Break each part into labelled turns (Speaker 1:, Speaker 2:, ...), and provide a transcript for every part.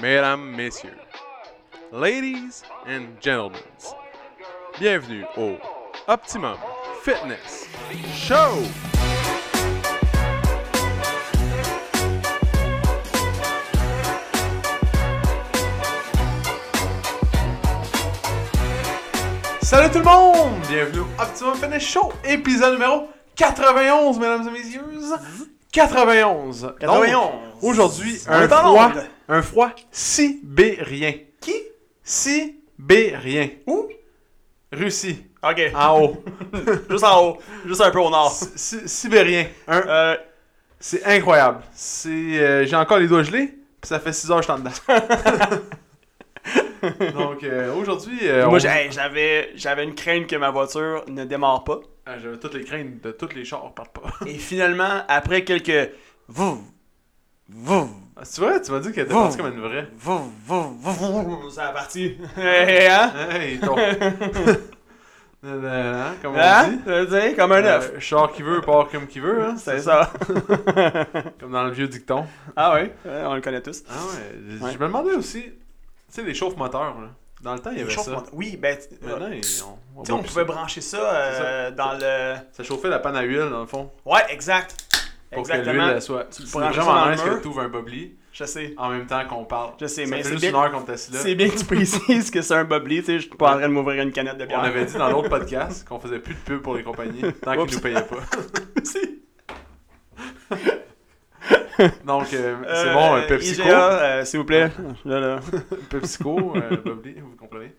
Speaker 1: mesdames, messieurs, ladies and gentlemen, bienvenue au Optimum Fitness Show! Salut tout le monde! Bienvenue au Optimum Fitness Show, épisode numéro 91, mesdames et messieurs. 91. Donc,
Speaker 2: 91.
Speaker 1: Aujourd'hui,
Speaker 2: On
Speaker 1: un
Speaker 2: est en
Speaker 1: froid,
Speaker 2: onde.
Speaker 1: un froid sibérien.
Speaker 2: Qui?
Speaker 1: Sibérien.
Speaker 2: Où?
Speaker 1: Russie.
Speaker 2: Ok.
Speaker 1: En haut.
Speaker 2: Juste en haut. Juste un peu au nord.
Speaker 1: Si- si- Sibérien. Un-
Speaker 2: Euh,
Speaker 1: C'est incroyable. C'est, euh, j'ai encore les doigts gelés, puis ça fait 6 heures que je suis en dedans. Donc, euh, aujourd'hui. euh, on-
Speaker 2: moi, j'ai- hey, j'avais, j'avais une crainte que ma voiture ne démarre pas.
Speaker 1: Ah, J'avais toutes les craintes de tous les chars, partent pas.
Speaker 2: Et finalement, après quelques vouf, vouf,
Speaker 1: Ah, tu vois, tu m'as dit qu'elle était
Speaker 2: Oh.
Speaker 1: partie comme une vraie.
Speaker 2: vouf, vouf, vouf, vouf, ça a parti. Eh, hein?
Speaker 1: Hey, ton. Nan, nan, nan, comme on
Speaker 2: Hein?
Speaker 1: dit.
Speaker 2: Ça veut dire comme un œuf.
Speaker 1: Euh, char qui veut, part comme qui veut, hein,
Speaker 2: C'est ça.
Speaker 1: comme dans le vieux dicton.
Speaker 2: Ah oui, ouais, on le connaît tous.
Speaker 1: Ah ouais,
Speaker 2: Ouais.
Speaker 1: je me demandais aussi, tu sais, les chauffe-moteurs, là. Dans le temps, il y avait
Speaker 2: Chauffe-
Speaker 1: ça.
Speaker 2: Oui, ben, t-
Speaker 1: Maintenant,
Speaker 2: euh,
Speaker 1: ils-
Speaker 2: tu sais,
Speaker 1: on, on
Speaker 2: on
Speaker 1: voit plus
Speaker 2: pouvait
Speaker 1: ça.
Speaker 2: brancher ça euh, dans le.
Speaker 1: Ça chauffait la panne à huile, dans le fond,
Speaker 2: Ouais, exact.
Speaker 1: pour que l'huile
Speaker 2: Exactement.
Speaker 1: elle soit. C'est
Speaker 2: Tu le branches
Speaker 1: vraiment
Speaker 2: dans le
Speaker 1: nice
Speaker 2: mur.
Speaker 1: que tu ouvres un bobli
Speaker 2: Je sais.
Speaker 1: en même temps qu'on parle.
Speaker 2: Je sais,
Speaker 1: Ça
Speaker 2: mais
Speaker 1: fait
Speaker 2: c'est
Speaker 1: juste
Speaker 2: bien-
Speaker 1: une heure qu'on t'assit là.
Speaker 2: C'est bien que tu précises que c'est un bubbly, tu sais, je suis pas en train de m'ouvrir une canette de
Speaker 1: On
Speaker 2: bière.
Speaker 1: avait dit dans l'autre podcast qu'on faisait plus de pub pour les compagnies tant qu'ils
Speaker 2: Oups.
Speaker 1: nous payaient pas.
Speaker 2: Si.
Speaker 1: Donc, euh, c'est
Speaker 2: Euh,
Speaker 1: bon, un PepsiCo.
Speaker 2: IGA, euh, s'il vous plaît. Là, là.
Speaker 1: PepsiCo, euh, Bobli, vous comprenez?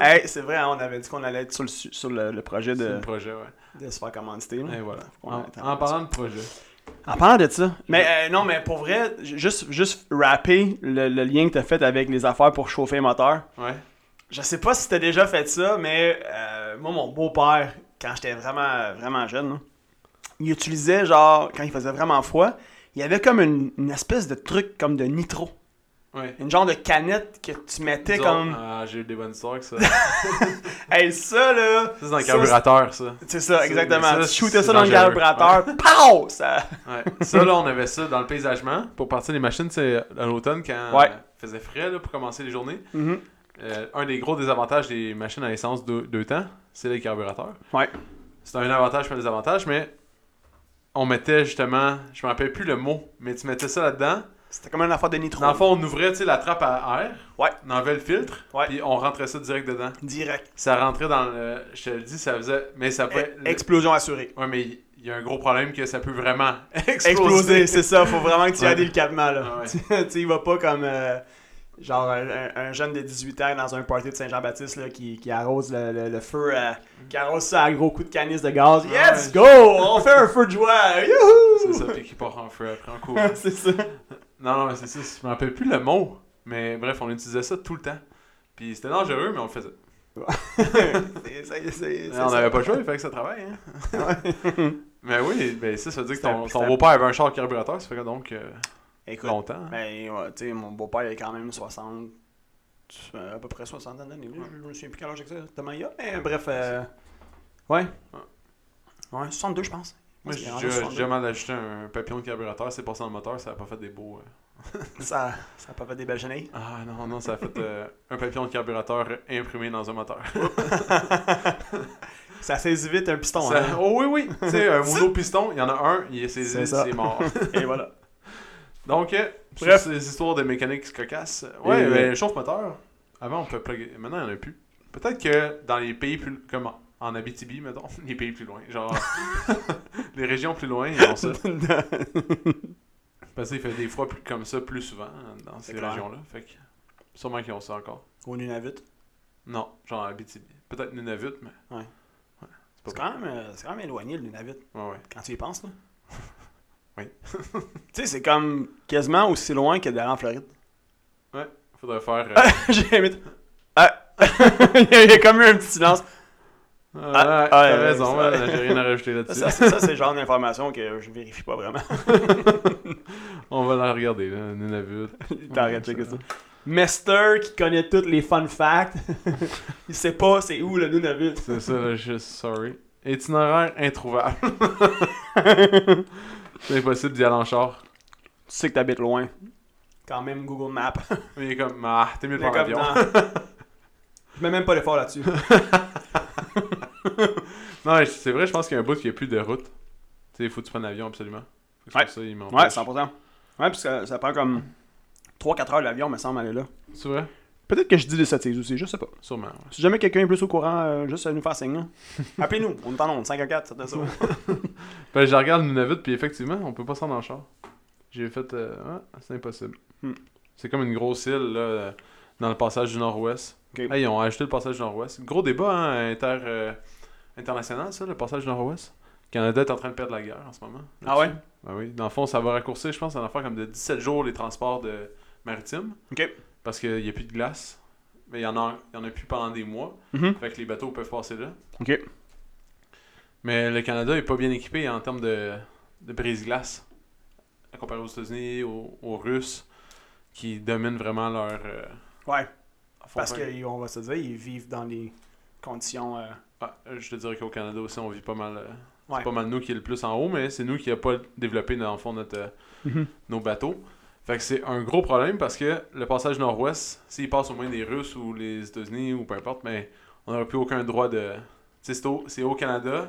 Speaker 2: hey, c'est vrai, hein, on avait dit qu'on allait être sur le, su- sur le, le projet
Speaker 1: C'est le
Speaker 2: de,
Speaker 1: projet, ouais.
Speaker 2: de se faire commanditer. là.
Speaker 1: Et voilà.
Speaker 2: On
Speaker 1: En,
Speaker 2: attend.
Speaker 1: en parlant de projet,
Speaker 2: En parlant de ça. Mais euh, non, mais pour vrai, ju- juste, juste rapper le, le lien que t'as fait avec les affaires pour chauffer le moteur.
Speaker 1: ouais.
Speaker 2: Je sais pas si t'as déjà fait ça, mais euh, moi, mon beau-père, quand j'étais vraiment, vraiment jeune, là, il utilisait, genre, quand il faisait vraiment froid, il y avait comme une, une espèce de truc comme de nitro.
Speaker 1: Ouais.
Speaker 2: Une genre de canette que tu mettais
Speaker 1: Nous
Speaker 2: comme.
Speaker 1: autres, ah, j'ai eu des bonnes histoires avec ça.
Speaker 2: Hey, ça là!
Speaker 1: Ça, c'est dans le
Speaker 2: Ça,
Speaker 1: carburateur, ça.
Speaker 2: C'est ça,
Speaker 1: Ça,
Speaker 2: exactement.
Speaker 1: mais ça,
Speaker 2: tu shootais ça
Speaker 1: c'est
Speaker 2: dans le
Speaker 1: dangereux.
Speaker 2: carburateur, pow! Ça...
Speaker 1: Ouais. Ça, là, on avait ça dans le paysagement. Pour partir des machines, c'est à l'automne quand
Speaker 2: Ouais.
Speaker 1: euh, faisait frais là, pour commencer les journées.
Speaker 2: mm-hmm.
Speaker 1: Euh, un des gros désavantages des machines à essence de deux temps, c'est les carburateurs.
Speaker 2: Ouais.
Speaker 1: C'est un avantage, pas un désavantage, mais on mettait justement, je me rappelle plus le mot, mais tu mettais ça là-dedans.
Speaker 2: C'était comme une affaire de nitro.
Speaker 1: Dans le fond, on ouvrait tu sais, la trappe à air,
Speaker 2: Ouais.
Speaker 1: on enlevait le filtre,
Speaker 2: Ouais.
Speaker 1: puis on rentrait ça direct dedans.
Speaker 2: Direct.
Speaker 1: Ça rentrait dans le. Je te le dis, ça faisait. Mais ça pouvait.
Speaker 2: E- Explosion assurée.
Speaker 1: Ouais, mais il y a un gros problème que ça peut vraiment exploser.
Speaker 2: Exploser, c'est ça. Faut vraiment que tu y
Speaker 1: Ouais.
Speaker 2: ailles délicatement là.
Speaker 1: Ah ouais.
Speaker 2: tu tu sais, il va pas comme euh, genre un, un- un jeune de 18 ans dans un party de Saint-Jean-Baptiste là, qui, qui arrose le, le- le feu, à- qui arrose ça à gros coups de canisse de gaz.
Speaker 1: Ah
Speaker 2: Let's go! On fait un feu de joie! Youhou!
Speaker 1: C'est ça, puis qui part en feu après en cours.
Speaker 2: C'est ça.
Speaker 1: Non, non, mais c'est ça, je me rappelle plus le mot, mais bref, on utilisait ça tout le temps. Puis c'était dangereux, mais on le faisait.
Speaker 2: C'est- c'est- c'est-
Speaker 1: Mais
Speaker 2: c'est
Speaker 1: on
Speaker 2: ça.
Speaker 1: n'avait pas le choix, il fallait que ça travaille. Hein? mais oui, ben ça, ça veut dire que
Speaker 2: C'était-
Speaker 1: ton, ton
Speaker 2: c'était-
Speaker 1: beau-père avait un char carburateur, ça fait que donc euh,
Speaker 2: Écoute,
Speaker 1: longtemps. hein.
Speaker 2: Ben, ouais, tu sais, mon beau-père, il a quand même 60. euh, à peu près 60 d'années. là. Je, je me souviens plus quel âge exactement il a. Mais bref. euh, ouais. Ouais, 62, je pense.
Speaker 1: Moi,
Speaker 2: Il
Speaker 1: j'ai
Speaker 2: est rendu
Speaker 1: déjà- j'ai
Speaker 2: 62.
Speaker 1: déjà mal acheté un papillon de carburateur, c'est passé dans le moteur, ça a pas fait des beaux. euh.
Speaker 2: Ça ça a pas fait des belles chenilles.
Speaker 1: Ah non, non, ça a fait euh, un papillon de carburateur imprimé dans un moteur.
Speaker 2: Ça saisit vite un piston.
Speaker 1: Ça-
Speaker 2: hein.
Speaker 1: Oh oui, oui, tu sais, un moulot piston, il y en a un, il est saisi,
Speaker 2: C'est ça.
Speaker 1: c'est mort.
Speaker 2: Et voilà.
Speaker 1: Donc, euh,
Speaker 2: Bref.
Speaker 1: sur ces histoires de mécanique cocasses. euh, Ouais,
Speaker 2: Et-
Speaker 1: mais chauffe-moteur, avant on peut plugger. Maintenant, il n'y en a plus. Peut-être que dans les pays plus. Comme en Abitibi, mettons. Les pays plus loin. Genre. les régions plus loin, ils ont ça. Parce qu'il fait des fois plus, comme ça plus souvent hein, dans
Speaker 2: C'est
Speaker 1: ces
Speaker 2: clair.
Speaker 1: régions-là. Fait que. Sûrement qu'ils ont ça encore.
Speaker 2: Au Nunavut.
Speaker 1: Non, genre en Abitibi. Peut-être Nunavut, mais.
Speaker 2: C'est quand, même, euh, c'est quand même éloigné, le Nunavut,
Speaker 1: Ouais, ouais.
Speaker 2: quand tu y penses. Là.
Speaker 1: Oui.
Speaker 2: tu sais, c'est comme quasiment aussi loin que d'aller en Floride.
Speaker 1: Faudrait faire. euh,
Speaker 2: Ah, J'ai aimé. Ah. il y a comme eu un petit silence.
Speaker 1: ah,
Speaker 2: ah,
Speaker 1: ouais, t'as
Speaker 2: ouais,
Speaker 1: raison,
Speaker 2: ouais,
Speaker 1: ouais,
Speaker 2: ça-
Speaker 1: j'ai rien à rajouter là-dessus.
Speaker 2: Ça, c'est ça, c'est le genre d'information que je vérifie pas vraiment.
Speaker 1: On va la regarder, là, Nunavut.
Speaker 2: T'arrêtes de checker ça. Mester qui connaît toutes les fun facts. il sait pas c'est où le Nunavut.
Speaker 1: C'est ça, là, je suis sorry. Itinéraire introuvable. C'est impossible d'y aller en char.
Speaker 2: Tu sais que t'habites loin. quand même Google Maps.
Speaker 1: Mais il est comme, ah, t'es mieux de
Speaker 2: Le
Speaker 1: prendre
Speaker 2: gars,
Speaker 1: l'avion.
Speaker 2: non. Je mets même pas l'effort là-dessus.
Speaker 1: Non, c'est vrai, je pense qu'il y a un bout qui n'y a plus de route. Tu sais, il faut que tu prennes l'avion absolument. Fait que c'est
Speaker 2: Ouais.
Speaker 1: pour ça, ils m'empêchent.
Speaker 2: Ouais, 100%. Ouais, parce que ça prend comme 3-4 heures l'avion, me semble, aller là.
Speaker 1: C'est vrai?
Speaker 2: Peut-être que je dis des sottises aussi, je sais pas.
Speaker 1: Sûrement. ouais.
Speaker 2: Si jamais quelqu'un est plus au courant, euh, juste à nous faire signe. hein. Appelez-nous, on est en onde, 54, ça ça.
Speaker 1: Ben, je regarde le Nunavut, puis effectivement, on peut pas s'en en char. J'ai fait. euh, ouais, c'est impossible.
Speaker 2: Hmm.
Speaker 1: C'est comme une grosse île, là, euh, dans le passage du Nord-Ouest.
Speaker 2: Ok.
Speaker 1: Hey, ils ont ajouté le passage du Nord-Ouest. Gros débat, hein, inter, euh, international, ça, le passage du Nord-Ouest. Le Canada est en train de perdre la guerre en ce moment.
Speaker 2: Ah ouais?
Speaker 1: Ben oui. Dans le fond, ça va raccourcir, je pense, en affaire comme de 17 jours les transports de maritimes.
Speaker 2: Ok.
Speaker 1: Parce qu'il n'y a plus de glace. Mais il y, en a- il y en a plus pendant des mois.
Speaker 2: Mhm.
Speaker 1: Fait que les bateaux peuvent passer là.
Speaker 2: Ok.
Speaker 1: Mais le Canada est pas bien équipé en termes de, de brise-glace. Comparé aux États-Unis, aux, aux Russes, qui dominent vraiment leur. euh,
Speaker 2: Ouais,
Speaker 1: fond
Speaker 2: parce
Speaker 1: de-
Speaker 2: qu'on va se dire, ils vivent dans des conditions. euh,
Speaker 1: Ouais, Ah, je te dirais qu'au Canada aussi, on vit pas mal. euh,
Speaker 2: Ouais.
Speaker 1: C'est pas mal nous qui est le plus en haut, mais c'est nous qui a pas développé, dans le fond, notre, euh,
Speaker 2: Mhm.
Speaker 1: nos bateaux. Fait que c'est un gros problème parce que le passage nord-ouest, s'il passe aux mains des Russes ou les États-Unis ou peu importe, mais on n'aura plus aucun droit de. Tu sais, c'est au, c'est au Canada,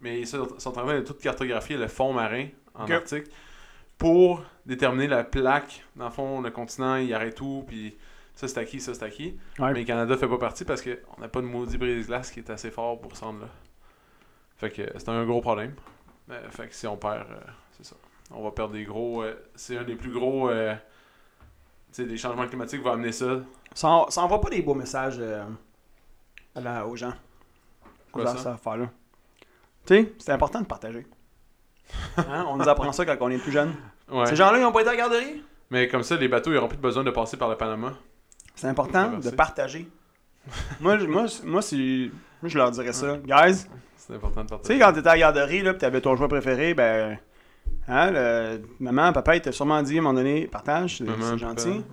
Speaker 1: mais ils sont sont en train de tout cartographier le fond marin en
Speaker 2: Ok.
Speaker 1: Arctique pour déterminer la plaque. Dans le fond, le continent, il arrête tout, puis ça c'est acquis, ça c'est acquis.
Speaker 2: Ouais.
Speaker 1: Mais le Canada fait pas partie parce qu'on n'a pas de maudit brise-glace qui est assez fort pour se rendre là. Fait que c'est un gros problème. Euh, fait que si on perd, euh, c'est ça. On va perdre des gros. euh, c'est un des plus gros. euh, tu sais, les changements climatiques vont amener ça.
Speaker 2: Ça, en- ça envoie pas des beaux messages euh, à la- aux gens.
Speaker 1: Quoi
Speaker 2: aux gens,
Speaker 1: ça?
Speaker 2: cette affaire-là. Tu sais, c'est important de partager. Hein, On nous apprend ça quand on est plus jeune.
Speaker 1: Ouais.
Speaker 2: Ces gens-là, ils n'ont pas été à la garderie.
Speaker 1: Mais comme ça, les bateaux n'auront plus besoin de passer par le Panama.
Speaker 2: C'est important
Speaker 1: Traverser.
Speaker 2: de partager. moi, je- moi, c'est- moi, si, moi, je leur dirais ça. Guys,
Speaker 1: C'est important de
Speaker 2: Tu sais,
Speaker 1: partager.
Speaker 2: quand t'étais à la garderie, là, pis t'avais ton joueur préféré, ben. Hein, le- maman, papa, ils t'ont sûrement dit à un moment donné, partage, c'est
Speaker 1: Maman,
Speaker 2: c'est
Speaker 1: papa.
Speaker 2: gentil.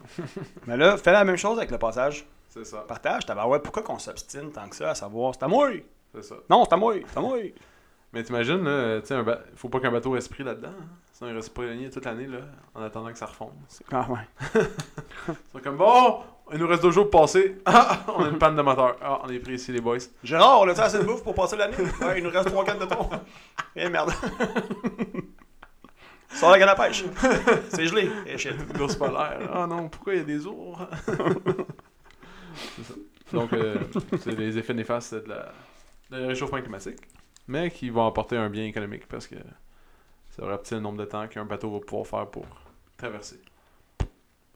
Speaker 2: Mais là, fais la même chose avec le passage.
Speaker 1: C'est ça.
Speaker 2: Partage, t'as ben ouais, pourquoi qu'on s'obstine tant que ça à savoir, c'est à moi
Speaker 1: C'est ça.
Speaker 2: Non, c'est à moi, c'est à moi
Speaker 1: Mais t'imagines, là, tu sais, un ba- faut pas qu'un bateau reste pris là-dedans. hein. Sinon, il reste prisonnier toute l'année, là, en attendant que ça refonde.
Speaker 2: Ah ouais.
Speaker 1: Ils sont comme bon, il nous reste deux jours pour passer. Ah, on a une panne de moteur. Ah, on est pris ici, les boys.
Speaker 2: Gérard, on a-tu assez de bouffe pour passer l'année Ouais, il nous reste 3 cannes de thon. Eh merde. Sors la canne à pêche. C'est gelé. Eh shit.
Speaker 1: L'ours polaire. Ah non, pourquoi il y a des ours C'est ça. Donc, euh, c'est les effets néfastes de la, de le réchauffement climatique, mais qui vont apporter un bien économique parce que ça rapetit le nombre de temps qu'un bateau va pouvoir faire pour traverser.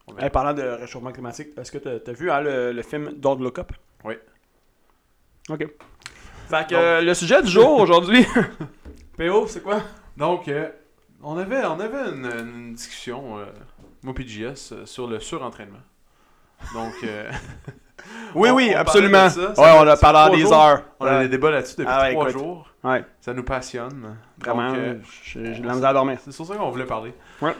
Speaker 1: On verra.
Speaker 2: Hey, Eh, parlant de réchauffement climatique, est-ce que t'as t'as vu hein, le, le film Don't Look Up?
Speaker 1: Oui.
Speaker 2: OK. Fait que euh, le sujet du jour aujourd'hui. PO, c'est quoi?
Speaker 1: Donc, euh, on avait, on avait une, une discussion, euh, moi puis JS, euh, sur le surentraînement. Donc, euh,
Speaker 2: Oui,
Speaker 1: On-
Speaker 2: oui,
Speaker 1: on
Speaker 2: absolument.
Speaker 1: parlait de ça, ça
Speaker 2: ouais, on
Speaker 1: fait-
Speaker 2: a
Speaker 1: ça fait
Speaker 2: parlé en
Speaker 1: trois
Speaker 2: des
Speaker 1: jours.
Speaker 2: heures.
Speaker 1: on a des débats là-dessus depuis
Speaker 2: Ah ouais,
Speaker 1: trois
Speaker 2: écoute.
Speaker 1: jours.
Speaker 2: Ouais,
Speaker 1: Ça nous passionne.
Speaker 2: vraiment.
Speaker 1: Donc, euh,
Speaker 2: J'ai j'ai de la misère à dormir.
Speaker 1: C'est sur ça qu'on voulait parler.
Speaker 2: Ouais.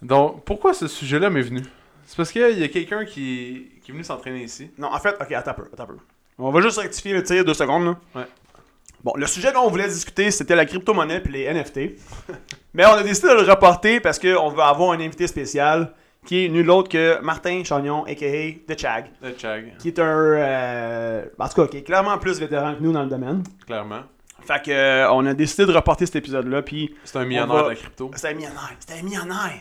Speaker 1: Donc, pourquoi ce sujet-là m'est venu C'est parce qu'il y a quelqu'un qui, qui est venu s'entraîner ici.
Speaker 2: Non, en fait, ok, attends un peu, attends un peu. On va juste rectifier le tir deux secondes. Là.
Speaker 1: Ouais.
Speaker 2: Bon, le sujet dont on voulait discuter, c'était la crypto-monnaie puis les NFT. Mais on a décidé de le reporter parce qu'on veut avoir un invité spécial qui est nul autre que Martin Chagnon, a.k.a. The Chag,
Speaker 1: Le Chag,
Speaker 2: qui est un. euh, en tout cas, qui est clairement plus vétéran que nous dans le domaine.
Speaker 1: clairement.
Speaker 2: Fait que, euh, on a décidé de reporter cet épisode-là, puis
Speaker 1: C'est un millionnaire
Speaker 2: va-
Speaker 1: de la crypto.
Speaker 2: c'était un millionnaire, c'était un millionnaire.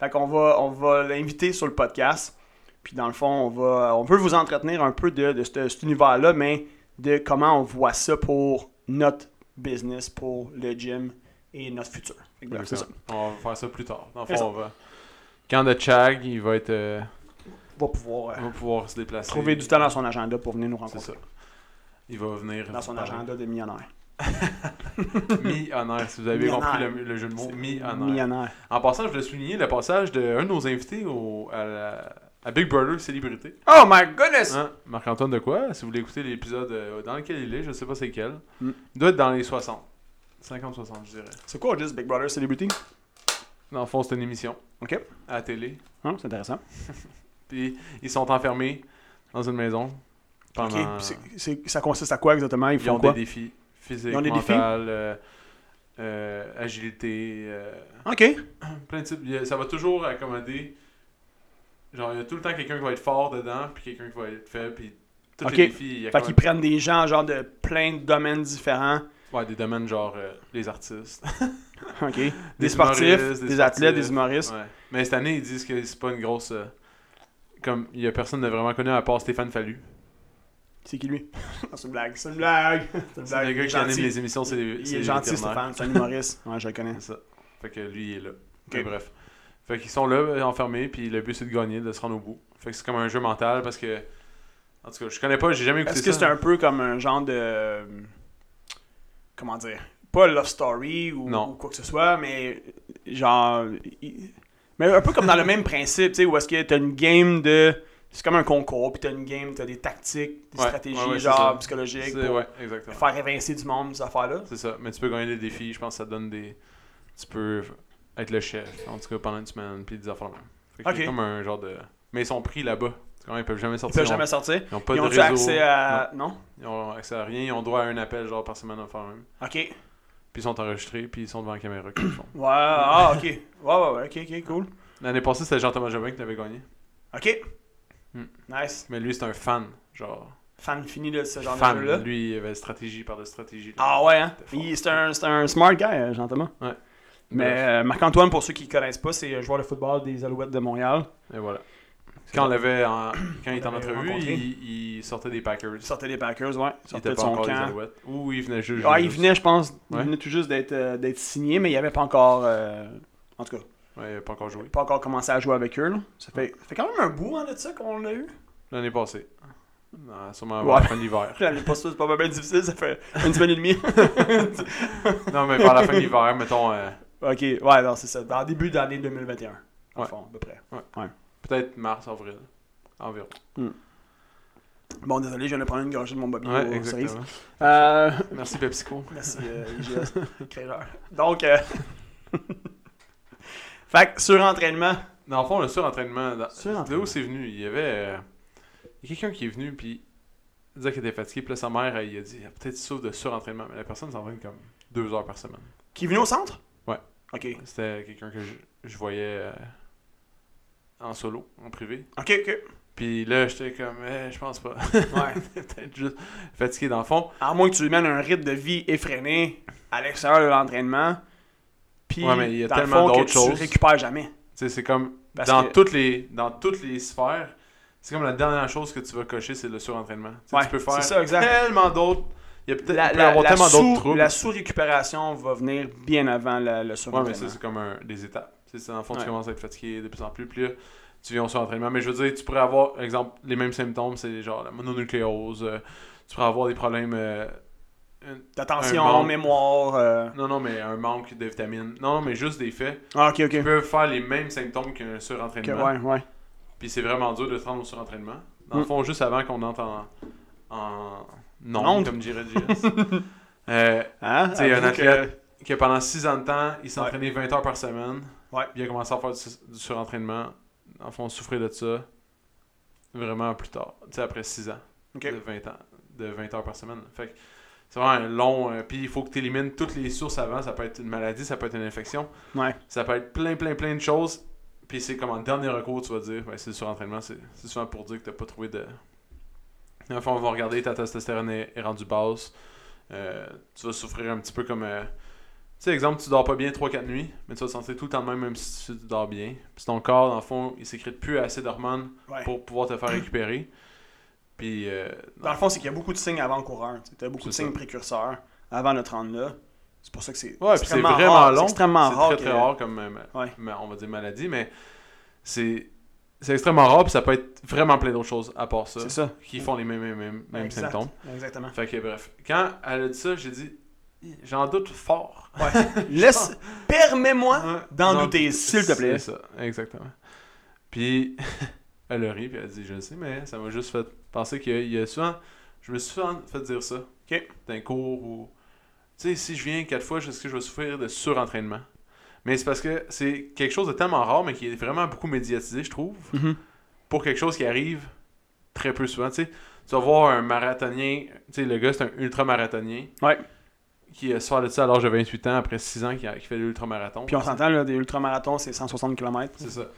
Speaker 2: Fait qu'on va, on va l'inviter sur le podcast. Puis dans le fond, on, va, on veut vous entretenir un peu de, de ce- cet univers-là, mais de comment on voit ça pour notre business, pour le gym et notre futur. Fait que voilà, c'est ça.
Speaker 1: On va faire ça plus tard. Dans le fond,
Speaker 2: C'est ça.
Speaker 1: on va... Quand le Chag, il va être, euh,
Speaker 2: On va pouvoir euh,
Speaker 1: on va pouvoir se déplacer.
Speaker 2: trouver du temps dans son agenda pour venir nous
Speaker 1: C'est ça.
Speaker 2: rencontrer.
Speaker 1: Il va venir.
Speaker 2: Dans son
Speaker 1: parler.
Speaker 2: agenda de millionnaire.
Speaker 1: Mi-honneur, si vous avez
Speaker 2: Millionnaire.
Speaker 1: compris le, le jeu de mots.
Speaker 2: C'est
Speaker 1: Mi-honneur.
Speaker 2: Millionnaire.
Speaker 1: En passant, je voulais souligner le passage d'un de, nos invités au, à, la- à Big Brother Célébrité.
Speaker 2: Oh my goodness!
Speaker 1: Hein, Marc-Antoine de quoi Si vous voulez écouter l'épisode euh, dans lequel il est, je sais pas c'est quel.
Speaker 2: Mm.
Speaker 1: Il doit être dans les 60. 50-60, je dirais.
Speaker 2: C'est quoi, juste Big Brother Celebrity?
Speaker 1: Dans le fond, c'est une émission
Speaker 2: Ok.
Speaker 1: à la télé.
Speaker 2: Hein, c'est intéressant.
Speaker 1: Puis ils sont enfermés dans une maison pendant.
Speaker 2: Ok, puis c'est- c'est- ça consiste à quoi exactement? Ils
Speaker 1: Ils
Speaker 2: font
Speaker 1: ont
Speaker 2: quoi?
Speaker 1: des défis physiques,
Speaker 2: Ils ont des défis?
Speaker 1: mentales, euh, euh, agilité, euh,
Speaker 2: Ok.
Speaker 1: plein de types. Il y a- Ça va toujours accommoder Genre, il y a tout le temps quelqu'un qui va être fort dedans, puis quelqu'un qui va être faible, puis tous
Speaker 2: Ok.
Speaker 1: les défis. il y a
Speaker 2: Fait
Speaker 1: quand
Speaker 2: qu'ils
Speaker 1: même-
Speaker 2: prennent des gens genre de plein de domaines différents.
Speaker 1: Ouais, des domaines genre euh, les artistes.
Speaker 2: OK. Des,
Speaker 1: Des
Speaker 2: sportifs,
Speaker 1: humoristes,
Speaker 2: des,
Speaker 1: des
Speaker 2: athlètes,
Speaker 1: sportifs.
Speaker 2: des humoristes.
Speaker 1: Ouais. Mais cette année, ils disent que c'est pas une grosse. euh, Comme il y a personne de vraiment connu à part Stéphane Fallu.
Speaker 2: C'est qui lui Non, C'est une blague, c'est une blague. C'est une
Speaker 1: C'est le
Speaker 2: blague.
Speaker 1: gars qui anime
Speaker 2: Gentil.
Speaker 1: les émissions, c'est les-
Speaker 2: Il
Speaker 1: c'est
Speaker 2: est
Speaker 1: les
Speaker 2: gentil,
Speaker 1: vétérinaires.
Speaker 2: Stéphane. C'est un humoriste. Ouais, je le connais.
Speaker 1: C'est ça. Fait que lui, il est là. Mais bref. Fait qu'ils sont là, euh, enfermés, puis le but c'est de gagner, de se rendre au bout. Fait que c'est comme un jeu mental parce que. En tout cas, je connais pas, j'ai jamais écouté
Speaker 2: Est-ce
Speaker 1: ça.
Speaker 2: que c'est un peu comme un genre de. Comment dire Pas love story ou,
Speaker 1: Non.
Speaker 2: ou quoi que ce soit, mais genre. il- Mais un peu comme dans le même principe, tu sais, où est-ce que t'as une game de. C'est comme un concours, puis t'as une game, t'as des tactiques, des
Speaker 1: Ouais,
Speaker 2: stratégies,
Speaker 1: ouais, ouais, c'est
Speaker 2: genre
Speaker 1: ça.
Speaker 2: psychologiques,
Speaker 1: C'est-
Speaker 2: pour
Speaker 1: Ouais, exactement.
Speaker 2: faire évincer du monde, ces affaires-là.
Speaker 1: C'est ça. Mais tu peux gagner des défis, je pense que ça te donne des. Tu peux être le chef, en tout cas pendant une semaine, puis des affaires de même. Fait que
Speaker 2: Ok.
Speaker 1: c'est comme un genre de. Mais ils sont pris là-bas. C'est quand même, ils peuvent jamais
Speaker 2: Ils
Speaker 1: sortir.
Speaker 2: peuvent jamais sortir.
Speaker 1: Ils ont pas
Speaker 2: Ils
Speaker 1: de
Speaker 2: ont
Speaker 1: réseau.
Speaker 2: accès à. Non.
Speaker 1: Ils ont accès à rien. Ils ont droit à un appel, genre par semaine, à faire même.
Speaker 2: Ok. Ouais,
Speaker 1: Puis ils sont enregistrés, puis ils sont devant la caméra. qu'ils le font.
Speaker 2: ah, ok. Ouais, ouais, ouais, ok, ok, cool.
Speaker 1: L'année passée, c'était Jean-Thomas Jobin qui l'avait gagné.
Speaker 2: Ok.
Speaker 1: Hmm.
Speaker 2: Nice.
Speaker 1: Mais lui, c'est un fan. Genre.
Speaker 2: Fan fini de ce genre de jeu-là.
Speaker 1: fan. Lui, il avait stratégie par de stratégie. là.
Speaker 2: Ah ouais, hein?
Speaker 1: C'était fort.
Speaker 2: Il- C'est un, c'est un smart guy, euh, Jean-Thomas.
Speaker 1: Ouais.
Speaker 2: Mais euh, Marc-Antoine, pour ceux qui ne connaissent pas, c'est un joueur de football des Alouettes de Montréal.
Speaker 1: Et voilà. Quand, on l'avait en- quand il était en
Speaker 2: On l'avait
Speaker 1: entrevue,
Speaker 2: rencontré.
Speaker 1: il, il sortait des Packers.
Speaker 2: Il sortait des Packers, ouais. Il
Speaker 1: Il
Speaker 2: sortait
Speaker 1: était
Speaker 2: de
Speaker 1: pas
Speaker 2: son
Speaker 1: encore des
Speaker 2: camp.
Speaker 1: Alouettes. Ou il venait juste.
Speaker 2: Ouais, il
Speaker 1: juste.
Speaker 2: venait, je pense, il
Speaker 1: Ouais.
Speaker 2: venait tout juste d'être euh, d'être signé, mais il avait pas encore. euh, en tout cas,
Speaker 1: Ouais, il a pas encore
Speaker 2: il
Speaker 1: joué.
Speaker 2: avait pas encore commencé à jouer avec eux. là. Ça fait, ça fait quand même un bout hein, de ça qu'on l'a eu.
Speaker 1: L'année passée. Non, sûrement
Speaker 2: Ouais.
Speaker 1: avant la fin de l'hiver.
Speaker 2: L'année passée, c'est pas bien difficile, ça fait une semaine et demie.
Speaker 1: non, mais par la fin de l'hiver, mettons, euh,
Speaker 2: ok, ouais, non, c'est ça. Dans le début d'année 2021, dans le
Speaker 1: Ouais.
Speaker 2: fond, à peu près.
Speaker 1: peut-être mars, avril. Environ.
Speaker 2: Bon, désolé, je viens de prendre une gorgée de mon bobby
Speaker 1: Ouais,
Speaker 2: aux cerises.
Speaker 1: exactement.
Speaker 2: Euh,
Speaker 1: Merci PepsiCo.
Speaker 2: Merci, euh, IGS, créateur. Donc, euh, fait que surentraînement.
Speaker 1: Dans le fond, le surentraînement. Dans...
Speaker 2: Surentraînement.
Speaker 1: De où c'est venu Il y avait. euh, Il y a quelqu'un qui est venu, puis il disait qu'il était fatigué, puis là, sa mère, elle, il a dit Ah, peut-être tu souffres de surentraînement. Mais la personne s'entraîne comme deux heures par semaine.
Speaker 2: Qui est venu au centre?
Speaker 1: Ouais.
Speaker 2: OK.
Speaker 1: C'était quelqu'un que je, je voyais euh, en solo, en privé.
Speaker 2: OK, OK.
Speaker 1: Puis là, j'étais comme, Eh, je pense pas.
Speaker 2: Ouais.
Speaker 1: peut-être juste fatigué dans le fond.
Speaker 2: À moins que tu lui mènes un rythme de vie effréné à l'extérieur de l'entraînement. Puis,
Speaker 1: Ouais, mais il y a
Speaker 2: dans le
Speaker 1: tellement
Speaker 2: fond, que
Speaker 1: d'autres
Speaker 2: tu
Speaker 1: choses.
Speaker 2: récupères jamais.
Speaker 1: Tu sais, c'est comme
Speaker 2: Parce
Speaker 1: dans
Speaker 2: que-
Speaker 1: toutes les dans toutes les sphères, c'est comme la dernière chose que tu vas cocher, c'est le surentraînement. Tu sais,
Speaker 2: Ouais,
Speaker 1: tu peux faire
Speaker 2: c'est ça, exact.
Speaker 1: tellement d'autres. Il y a peut-être
Speaker 2: La,
Speaker 1: il peut y
Speaker 2: la-
Speaker 1: avoir
Speaker 2: la
Speaker 1: tellement
Speaker 2: sous-
Speaker 1: d'autres troubles.
Speaker 2: la sous-récupération va venir bien avant la-
Speaker 1: Ouais,
Speaker 2: le
Speaker 1: mais
Speaker 2: surentraînement.
Speaker 1: ça, c'est comme un- des étapes. Tu sais, c'est dans le fond,
Speaker 2: Ouais.
Speaker 1: tu commences à être fatigué de plus en plus, puis là, tu viens au surentraînement. Mais je veux dire, tu pourrais avoir, exemple, les mêmes symptômes, c'est genre la mononucléose, euh, tu pourrais avoir des problèmes. euh, une-
Speaker 2: D'attention,
Speaker 1: un bon-
Speaker 2: mémoire. euh,
Speaker 1: non, non, mais un manque de vitamines. Non, non, mais juste des faits.
Speaker 2: ah, OK, OK.
Speaker 1: Tu peux faire les mêmes symptômes qu'un
Speaker 2: Ok,
Speaker 1: surentraînement.
Speaker 2: ouais, ouais.
Speaker 1: Puis c'est vraiment dur de se rendre au surentraînement. Dans le
Speaker 2: Mm.
Speaker 1: fond, juste avant qu'on entre en, en onde,
Speaker 2: Onde.
Speaker 1: comme dirait JS. euh,
Speaker 2: Hein?
Speaker 1: tu sais, un
Speaker 2: Avoue que-
Speaker 1: athlète que pendant 6 ans de temps, il s'entraînait 20 heures par semaine.
Speaker 2: Ouais.
Speaker 1: Puis il a commencé à faire du, du surentraînement. Dans le fond, souffrir de ça vraiment plus tard. Tu sais, après 6 ans.
Speaker 2: Ok.
Speaker 1: De 20 ans. De 20 heures par semaine. Fait que c'est vraiment un long. euh, puis il faut que tu élimines toutes les sources avant. Ça peut être une maladie, ça peut être une infection.
Speaker 2: Ouais.
Speaker 1: Ça peut être plein, plein, plein de choses. Puis c'est comme en dernier recours, tu vas dire, ben, c'est le surentraînement, c'est c'est souvent pour dire que t'as pas trouvé de. Enfin, on va regarder, ta testostérone est, est rendue basse. Euh, tu vas souffrir un petit peu comme. euh, Tu sais, exemple, tu dors pas bien 3-4 nuits, mais tu vas te sentir tout le temps de même, même si tu dors bien. Puis ton corps, dans le fond, il sécrète plus assez d'hormones
Speaker 2: Ouais.
Speaker 1: pour pouvoir te faire récupérer. Puis. euh,
Speaker 2: Dans le fond, c'est qu'il y a beaucoup de signes avant-coureurs. Tu as beaucoup de
Speaker 1: C'est
Speaker 2: signes précurseurs avant de te rendre là. C'est pour ça que c'est
Speaker 1: Ouais, puis c'est
Speaker 2: extrêmement
Speaker 1: vraiment
Speaker 2: rare.
Speaker 1: long.
Speaker 2: C'est extrêmement
Speaker 1: c'est
Speaker 2: rare.
Speaker 1: très
Speaker 2: que-
Speaker 1: très rare comme euh, ma-
Speaker 2: Ouais.
Speaker 1: ma- on va dire maladie, mais c'est c'est extrêmement rare puis ça peut être vraiment plein d'autres choses à part ça
Speaker 2: C'est ça.
Speaker 1: qui font les mêmes mêmes, mêmes, mêmes
Speaker 2: Exact.
Speaker 1: symptômes.
Speaker 2: Exactement.
Speaker 1: Fait que bref, quand elle a dit ça, j'ai dit j'en doute fort.
Speaker 2: Laisse... Permets-moi
Speaker 1: Hein?
Speaker 2: d'en
Speaker 1: Non,
Speaker 2: douter, s'il te plaît.
Speaker 1: C'est ça, exactement. Puis elle a ri puis elle a dit je le sais mais ça m'a juste fait penser qu'il y a- il y a souvent je me suis souvent fait dire ça.
Speaker 2: Ok.
Speaker 1: D'un cours ou tu sais si je viens quatre fois, est-ce que je vais souffrir de surentraînement Mais c'est parce que c'est quelque chose de tellement rare mais qui est vraiment beaucoup médiatisé, je trouve,
Speaker 2: Mhm.
Speaker 1: pour quelque chose qui arrive très peu souvent, tu sais. Tu vas voir un marathonien, tu sais le gars c'est un ultra-marathonien.
Speaker 2: Ouais.
Speaker 1: Qui euh, sort de ça à l'âge de 28 ans après 6 ans qui, a- qui fait l'ultra-marathon.
Speaker 2: Puis on s'entend, là, des ultramarathons, c'est 160 km.
Speaker 1: C'est ça.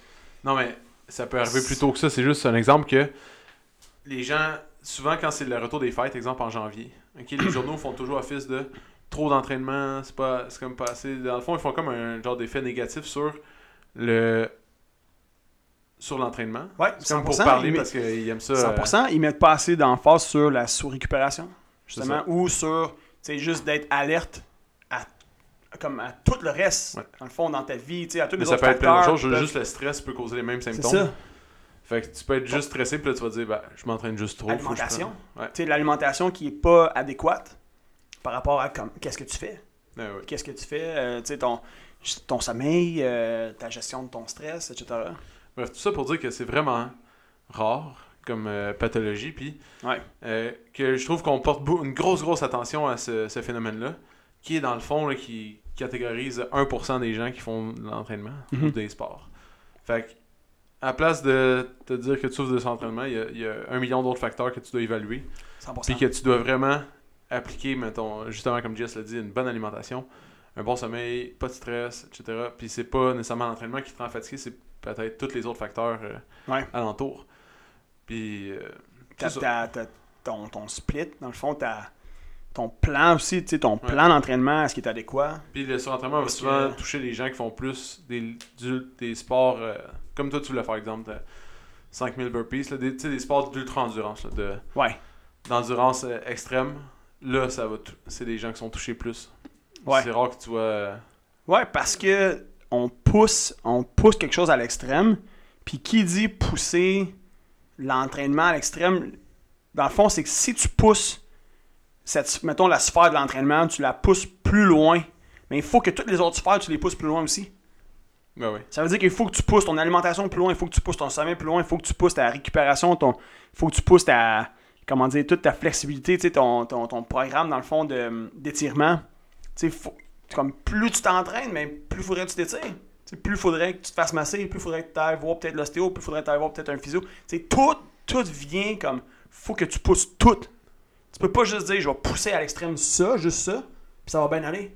Speaker 1: Non, mais ça peut arriver plus tôt que ça. C'est juste un exemple que les gens, souvent quand c'est le retour des fêtes, exemple en janvier, ok, les journaux font toujours office de trop d'entraînement, c'est pas c'est comme pas assez. Dans le fond, ils font comme un genre d'effet négatif sur le sur l'entraînement.
Speaker 2: Ouais,
Speaker 1: C'est comme pour
Speaker 2: 100%,
Speaker 1: parler
Speaker 2: mais-
Speaker 1: parce qu'ils aiment ça. euh,
Speaker 2: 100%, ils mettent pas assez d'emphase sur la sous-récupération, justement,
Speaker 1: euh, ça.
Speaker 2: ou sur, tu sais, juste d'être alerte à, comme à tout le reste,
Speaker 1: Ouais.
Speaker 2: dans le fond, dans ta vie, tu sais, à tous
Speaker 1: mais
Speaker 2: les
Speaker 1: ça
Speaker 2: autres
Speaker 1: peut être plein de
Speaker 2: facteurs
Speaker 1: choses.
Speaker 2: peuvent-
Speaker 1: Juste le stress peut causer les mêmes
Speaker 2: C'est
Speaker 1: symptômes.
Speaker 2: ça,
Speaker 1: Fait que tu peux être juste stressé, puis là tu vas te dire, bah, je m'entraîne juste trop. faut que je
Speaker 2: Alimentation.
Speaker 1: prenne- Ouais.
Speaker 2: tu sais, l'alimentation qui est pas adéquate par rapport à comme, qu'est-ce que tu fais,
Speaker 1: Ben Ouais, ouais.
Speaker 2: qu'est-ce que tu fais, euh, tu sais, ton, ton sommeil, euh, ta gestion de ton stress, etc.
Speaker 1: Bref, tout ça pour dire que c'est vraiment rare comme euh, pathologie, puis
Speaker 2: Ouais.
Speaker 1: euh, que je trouve qu'on porte beau- une grosse, grosse attention à ce, ce phénomène-là, qui est dans le fond, là, qui catégorise 1% des gens qui font de l'entraînement
Speaker 2: Mhm.
Speaker 1: ou des sports. Fait que, à place de te dire que tu souffres de cet entraînement, il y a- il y, a un million d'autres facteurs que tu dois évaluer,
Speaker 2: 100%.
Speaker 1: puis que tu dois vraiment appliquer, mettons, justement comme Jess l'a dit, une bonne alimentation, un bon sommeil, pas de stress, etc. Puis c'est pas nécessairement l'entraînement qui te rend fatigué, c'est peut-être tous les autres facteurs euh,
Speaker 2: Ouais.
Speaker 1: alentours. Puis, euh,
Speaker 2: Ta-
Speaker 1: c'est ça.
Speaker 2: ta- ta- ton, ton split, dans le fond, ta- ton plan aussi, tu sais, ton
Speaker 1: Ouais.
Speaker 2: plan d'entraînement, est-ce qu'il est adéquat?
Speaker 1: Puis le surentraînement va
Speaker 2: Parce
Speaker 1: souvent
Speaker 2: que-
Speaker 1: toucher les gens qui font plus des, du- des sports euh, comme toi tu voulais faire exemple t'as 5000 burpees là, des, tu sais, des sports d'ultra endurance de
Speaker 2: Ouais.
Speaker 1: d'endurance euh, extrême là ça va tou- c'est des gens qui sont touchés plus
Speaker 2: Ouais.
Speaker 1: c'est rare que tu vois euh,
Speaker 2: Ouais, parce que on pousse, on pousse quelque chose à l'extrême. Puis qui dit pousser l'entraînement à l'extrême, dans le fond, c'est que si tu pousses cette, mettons, la sphère de l'entraînement, tu la pousses plus loin. Mais il faut que toutes les autres sphères, tu les pousses plus loin aussi.
Speaker 1: ben oui
Speaker 2: Ça veut dire qu'il faut que tu pousses ton alimentation plus loin, il faut que tu pousses ton sommeil plus loin, il faut que tu pousses ta récupération, ton, il faut que tu pousses ta, comment dire, toute ta flexibilité, tu sais, ton, ton, ton programme dans le fond de- d'étirement. Tu sais, faut- comme plus tu t'entraînes, mais plus faudrait que tu t'étires. Tu sais, plus faudrait que tu te fasses masser, plus faudrait que tu ailles voir peut-être l'ostéo, plus faudrait que tu ailles voir peut-être un physio. Tu sais, tout, tout vient comme, faut que tu pousses tout. Tu peux pas juste dire, je vais pousser à l'extrême ça, juste ça, puis ça va bien aller.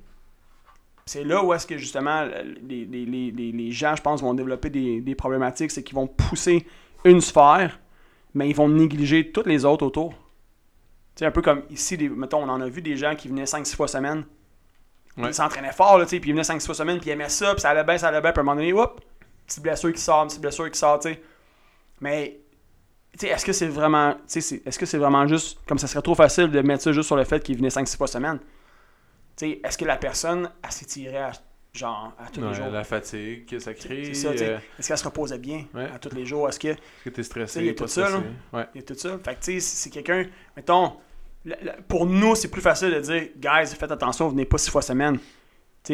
Speaker 2: C'est là où est-ce que justement les, les- les- les- les gens, je pense, vont développer des, des problématiques, c'est qu'ils vont pousser une sphère, mais ils vont négliger toutes les autres autour. C'est un peu comme ici, des- mettons, on en a vu des gens qui venaient 5-6 fois semaine.
Speaker 1: Ouais.
Speaker 2: Ils s'entraînaient fort, là, tu sais, puis ils venaient 5-6 fois semaine, puis ils aimaient ça, puis ça allait bien, ça allait bien, puis à un moment donné, hop, petite blessure qui sort, petite blessure qui sort, tu sais. Mais, tu sais, est-ce que c'est vraiment, tu sais, c'est- est-ce que c'est vraiment juste, comme ça serait trop facile de mettre ça juste sur le fait qu'ils venaient 5-6 fois semaine? Tu sais, est-ce que la personne, elle s'étirait à, genre, à tous
Speaker 1: Ouais,
Speaker 2: les jours?
Speaker 1: la fatigue que ça crée
Speaker 2: C'est ça, tu sais.
Speaker 1: euh,
Speaker 2: Est-ce qu'elle se reposait bien
Speaker 1: Ouais.
Speaker 2: à tous les jours? Est-ce que
Speaker 1: est-ce que t'es
Speaker 2: Tu sais, il
Speaker 1: stressé
Speaker 2: y a
Speaker 1: pas
Speaker 2: tout hein. ça,
Speaker 1: stressé ouais
Speaker 2: et tout ça. Fait que, tu sais, si c'est quelqu'un, mettons, la- la- pour nous, c'est plus facile de dire, guys, faites attention, venez pas six fois semaine. Tu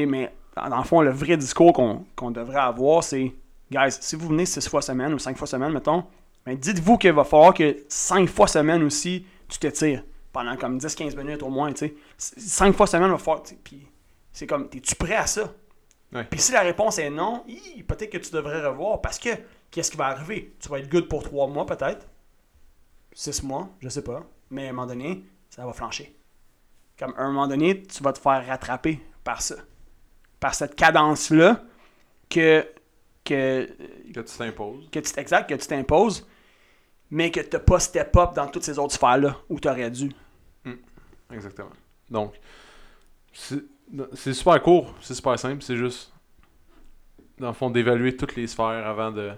Speaker 2: sais, mais dans, dans le fond, le vrai discours qu'on qu'on devrait avoir, c'est, guys, si vous venez six fois semaine ou cinq fois semaine, mettons, ben dites-vous qu'il va falloir que cinq fois semaine aussi, tu t'étires pendant comme 10-15 minutes au moins, tu sais. C- Cinq fois semaine, il va falloir, tu sais, puis c'est comme, es-tu prêt à ça?
Speaker 1: Ouais.
Speaker 2: Puis si la réponse est non, hi, peut-être que tu devrais revoir parce que qu'est-ce qui va arriver? Tu vas être good pour trois mois peut-être, six mois, je sais pas, mais à un moment donné, ça va flancher. Comme à un moment donné, tu vas te faire rattraper par ça, par cette cadence-là que, que,
Speaker 1: que tu t'imposes
Speaker 2: que tu exact, que tu t'imposes, mais que tu n'as pas step up dans toutes ces autres sphères-là où tu aurais dû.
Speaker 1: Exactement. Donc, c'est c'est super court, c'est super simple, c'est juste, dans le fond, d'évaluer toutes les sphères avant de,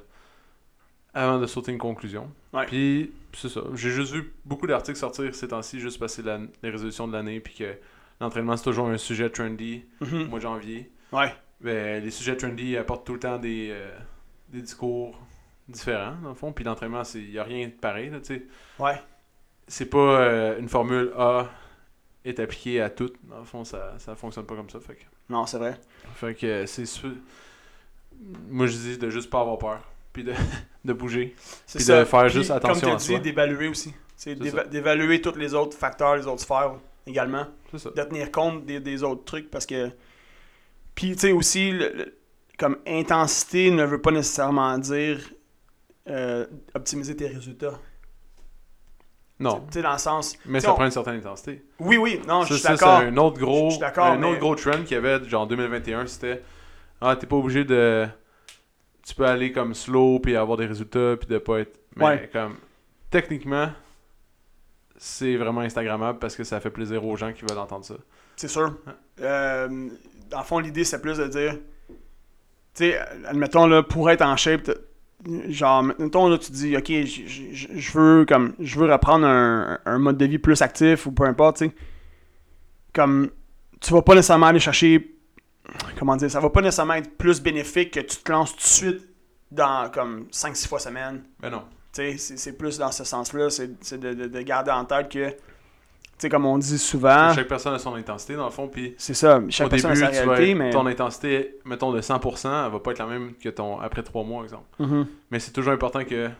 Speaker 1: avant de sauter une conclusion.
Speaker 2: Ouais.
Speaker 1: Puis, c'est ça. J'ai juste vu beaucoup d'articles sortir ces temps-ci, juste parce que c'est la- les résolutions de l'année, puis que l'entraînement, c'est toujours un sujet trendy
Speaker 2: Hmm.
Speaker 1: au mois de janvier.
Speaker 2: Ouais.
Speaker 1: Ben, les sujets trendy apportent tout le temps des, euh, des discours différents, dans le fond. Puis l'entraînement, il n'y a rien de pareil, là, tu sais
Speaker 2: Ouais.
Speaker 1: c'est pas euh, une formule A est appliquée à tout. Dans le fond, ça, ça fonctionne pas comme ça. Fait que,
Speaker 2: Non, c'est vrai.
Speaker 1: fait que euh, c'est sûr. Moi, je dis de juste pas avoir peur. Puis de, de bouger.
Speaker 2: C'est
Speaker 1: Puis de faire juste attention
Speaker 2: Comme
Speaker 1: à
Speaker 2: tu
Speaker 1: soi.
Speaker 2: dit, d'évaluer aussi.
Speaker 1: C'est
Speaker 2: C'est d'éva-
Speaker 1: ça.
Speaker 2: d'évaluer tous les autres facteurs, les autres sphères également.
Speaker 1: C'est ça.
Speaker 2: De tenir compte des, des autres trucs parce que. Puis, tu sais, aussi, le- le- comme intensité ne veut pas nécessairement dire euh, optimiser tes résultats.
Speaker 1: Non.
Speaker 2: Tu sais, dans le sens.
Speaker 1: Mais
Speaker 2: tu sais,
Speaker 1: ça
Speaker 2: on-
Speaker 1: prend une certaine intensité.
Speaker 2: Oui, oui, non, je
Speaker 1: Ça,
Speaker 2: suis
Speaker 1: ça, c'est
Speaker 2: d'accord.
Speaker 1: un autre
Speaker 2: Je
Speaker 1: gros,
Speaker 2: suis d'accord,
Speaker 1: un
Speaker 2: mais-
Speaker 1: autre gros trend qu'il y avait genre en 2021. C'était Ah, t'es pas obligé de tu peux aller comme slow puis avoir des résultats puis de pas être. Mais
Speaker 2: Ouais.
Speaker 1: comme techniquement, c'est vraiment Instagrammable parce que ça fait plaisir aux gens qui veulent entendre ça.
Speaker 2: C'est sûr. Euh, en fond, l'idée, c'est plus de dire, tu sais, admettons, là, pour être en shape, t'as- genre, mettons, là, tu dis, OK, j- j- j- je veux, comme, je veux reprendre un, un mode de vie plus actif ou peu importe, tu sais. Comme, tu vas pas nécessairement aller chercher, comment dire, ça va pas nécessairement être plus bénéfique que tu te lances tout de suite dans, comme, 5-6 fois semaine.
Speaker 1: Mais non.
Speaker 2: Tu sais, c'est c'est plus dans ce sens-là, c'est c'est de, de- de garder en tête que, tu sais, comme on dit souvent...
Speaker 1: Chaque personne a son intensité dans le fond. Puis
Speaker 2: C'est ça, Ah. chaque
Speaker 1: au début,
Speaker 2: personne a sa
Speaker 1: tu vas
Speaker 2: réalité,
Speaker 1: être-
Speaker 2: mais...
Speaker 1: ton intensité, mettons de 100%, elle va pas être la même que ton après 3 mois, exemple.
Speaker 2: Mhm.
Speaker 1: Mais c'est toujours important que